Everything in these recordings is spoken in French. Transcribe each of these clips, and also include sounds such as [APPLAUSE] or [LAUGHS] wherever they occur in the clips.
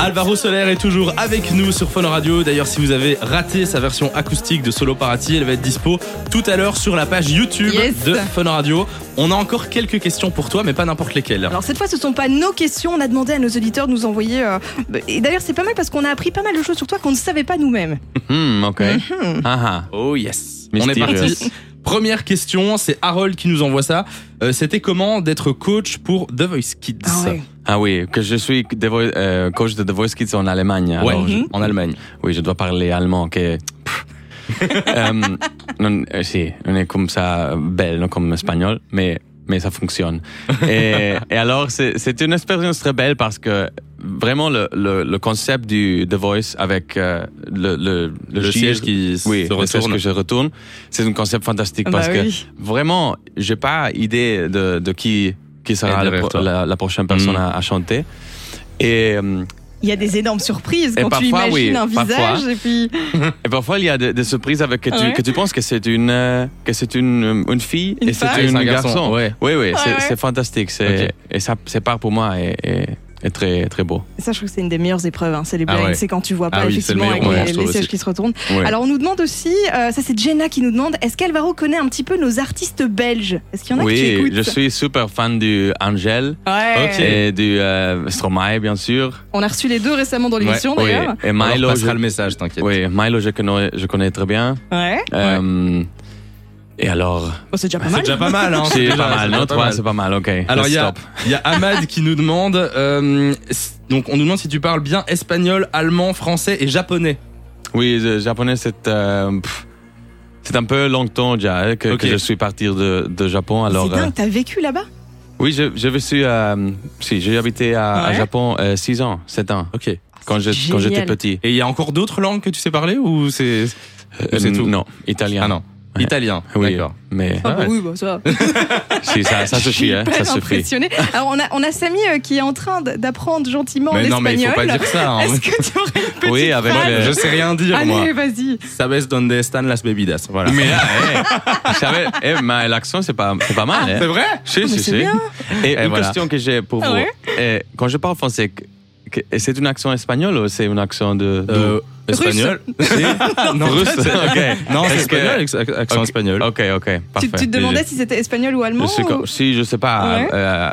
Alvaro Soler est toujours avec nous sur Fun Radio. D'ailleurs, si vous avez raté sa version acoustique de Solo Parati, elle va être dispo tout à l'heure sur la page YouTube Yes. de Fun Radio. On a encore quelques questions pour toi, mais pas n'importe lesquelles. Alors cette fois, ce sont pas nos questions. On a demandé à nos auditeurs de nous envoyer. euh, bah, Et d'ailleurs, c'est pas mal parce qu'on a appris pas mal de choses sur toi qu'on ne savait pas nous-mêmes. Hmm, ok. Ah, ah. Oh yes. On est Mystérieux. parti. Première question, c'est Harold qui nous envoie ça. Euh, C'était comment d'être coach pour The Voice Kids Ah oui, que je suis The Voice- euh, coach de The Voice Kids en Allemagne. Ouais, Alors, je- en Allemagne. oui, je dois parler allemand. Que... Pff. Euh, non, euh, si, on est comme ça, belle, non comme espagnol, mais, mais ça fonctionne. Et, et alors, c'est c'est une expérience très belle parce que vraiment le, le, le concept du The Voice avec euh, le, le, Le, siège qui oui, se le siège retourne. que je retourne, c'est un concept fantastique Ah parce bah que oui. vraiment, j'ai pas idée de, de qui, qui Et sera derrière le pro- toi. la, la prochaine personne Mm. à, à chanter. Et, euh, Il y a des énormes surprises Et quand tu parfois, imagines oui, un parfois. visage et puis. et parfois, il y a des, des surprises avec que tu, Ouais. que tu penses que c'est une, euh, que c'est une, une fille Une et c'est femme. une Ah, C'est un garçon, garçon. ouais. Oui, oui, c'est ouais. c'est fantastique. c'est- Ok. Et ça, c'est part pour moi et, et- et très, très beau. Ça, je trouve que c'est une des meilleures épreuves. hein. C'est les Ah blinds, ouais. c'est quand tu vois pas Ah oui, c'est le effectivement meilleur avec moment, les, je trouve les sièges aussi. qui se retournent. Ouais. Alors on nous demande aussi, euh, ça c'est Jenna qui nous demande, est-ce qu'Alvaro connaît un petit peu nos artistes belges Est-ce qu'il y en a qui oui, écoutent je suis super fan du Angel Ouais. et du euh, Stromae, bien sûr. On a reçu les deux récemment dans l'émission Oui, Oh, d'ailleurs. Et Alors, Milo, passera je, le message, t'inquiète. oui, Milo je, connais, je connais très bien. Ouais. Euh, et alors, Bon, c'est déjà pas C'est mal. déjà pas mal, hein. c'est déjà- pas mal, déjà pas non Trois, mal. c'est pas mal, ok. Alors il y a, Bah, Stop. il y a Ahmad qui nous demande, euh, s- donc on nous demande si tu parles bien espagnol, allemand, français et japonais. Oui, le japonais, c'est... euh, pff, c'est un peu longtemps déjà hein, que, Ok. que je suis parti de, de Japon. Alors, C'est dingue, euh, t'as vécu là-bas oui, je, je suis, euh, si, j'ai habité à, à Ouais. Japon 6 ans, 7 ans, Ok. Et quand je- c'est quand j'étais génial. petit. il y a encore d'autres langues que tu sais parler ou c'est Euh, c'est tout Non, italien. Ah non, Ouais. italien. Oui, D'accord. mais Ah bah ouais. oui, bah ça. si, ça, ça Je suis suffit, hein, ça hyper suffit. impressionnée. Alors on a, on a Samy euh, qui est en train d- d'apprendre gentiment mais non mais il faut pas l'espagnol. dire ça. hein. Est-ce que tu aurais une petite Oui, avec phrase le- Je sais rien dire moi. Allez, vas-y. Sabes donde están las bebidas. Voilà. Mais là, eh, je savais, eh, mais l'accent, c'est pas, c'est pas mal. Ah, hein. Ah, C'est vrai Si, Oh, mais si, c'est si. bien. Et, une voilà. question que j'ai pour Ah vous. ouais Eh, quand je parle français, que- que- c'est un accent espagnol ou c'est un accent de. de- Euh, Russe. [LAUGHS] Espagnol. [LAUGHS] non, russe Non, Ok. c'est Ah, Est-ce que- espagnol, ex- accent Ok. espagnol. Ok, ok, parfait. Tu, tu te demandais si c'était espagnol ou Je allemand suis ou- co- Si, je sais pas. Ouais. euh,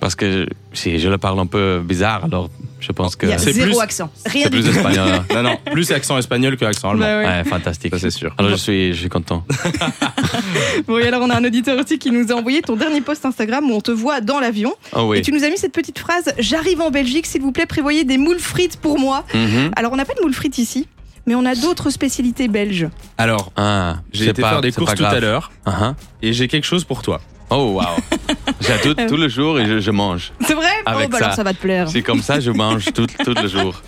parce que si je le parle un peu bizarre, alors je pense que Il y a c'est zéro plus- accent. Rien c'est du plus tout. espagnol. hein. Non, non, plus accent espagnol que accent allemand. Bah ouais. Ouais, fantastique. Ça, c'est sûr. Alors je suis, je suis content. Bon, et alors on a un auditeur aussi qui nous a envoyé ton dernier post Instagram où on te voit dans l'avion. Oh oui. Et tu nous as mis cette petite phrase J'arrive en Belgique, s'il vous plaît, prévoyez des moules frites pour moi. Mhm. Alors on n'a pas de moules frites ici, mais on a d'autres spécialités belges. Alors, Ah, j'ai c'est été pas- faire des c'est pas courses tout à grave. l'heure Ah, ah. et j'ai quelque chose pour toi. [LAUGHS] Oh wow. j'ai tout, tout le jour et je, je mange. C'est vrai Avec Oh, bah ça. alors ça va te [LAUGHS] plaire. C'est comme ça, je mange tout, tout le jour.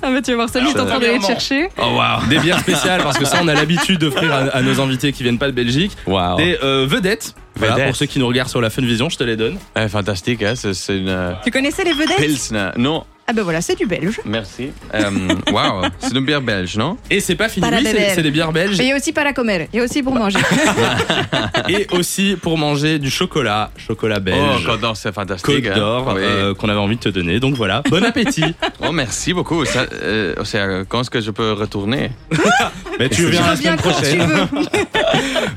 Ah, bah tu vas voir, Samy, t'es en train d'aller te Premièrement. chercher. Oh wow. Des bières spéciales parce que ça on a l'habitude d'offrir à, à nos invités qui viennent pas de Belgique. Wow. Des euh, vedettes. Voilà, Ah. Vedettes. pour ceux qui nous regardent sur la Funvision, je te les donne. Eh, fantastique, hein, c'est- c'est une euh, Tu connaissais les vedettes Pilsner. Non, Ah ben voilà, c'est du belge. merci. [LAUGHS] Euh, Oh, Waouh, c'est une bière belge, non Et c'est pas fini, Pas la oui, c'est bébelle. c'est des bières belges Et il y a aussi pas la comer, il y a aussi pour manger. Eh et aussi pour manger du chocolat, chocolat Oh, belge. Côte d'Or, c'est fantastique. Côte hein. d'or Oui. euh, qu'on avait envie de te donner. Donc voilà, bon [LAUGHS] appétit. Oh, merci beaucoup. Ça, euh, c'est euh, quand est-ce que je peux retourner Mais tu Je reviens la reviens semaine quand tu prochaine. veux.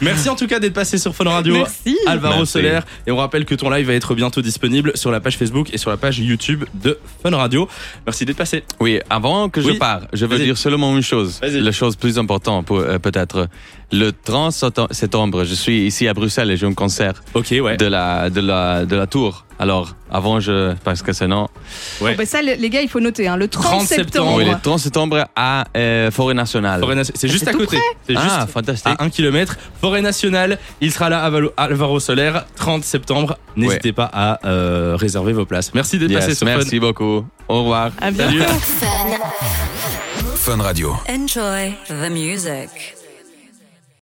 Merci en tout cas d'être passé sur Fun Radio. Merci. Alvaro Merci. Soler. Et on rappelle que ton live va être bientôt disponible sur la page Facebook et sur la page YouTube de Fun Radio. Merci d'être passé. Oui, avant que Oui. je pars, je veux Vas-y. dire seulement une chose. Vas-y. La chose plus importante, pour, euh, peut-être. Le 30 septem- septembre, je suis ici à Bruxelles et j'ai un concert Ok, ouais. de, la, de, la, de la tour. Alors, avant, je. Parce que sinon. Bon, bah ça, les les gars, il faut noter, hein, le 30, 30 septembre. septembre. Oui, le 30 septembre à euh, Forêt Nationale. Forêt Nationale. C'est juste c'est à tout côté. C'est juste ah, fantastique. à 1 km. Forêt nationale. Il sera là, Avalo- Alvaro Soler, 30 septembre. N'hésitez pas à euh, réserver vos places. Merci d'être Yes, passé sur Fun. merci beaucoup. Au revoir. À bientôt. Salut. Enjoy the music.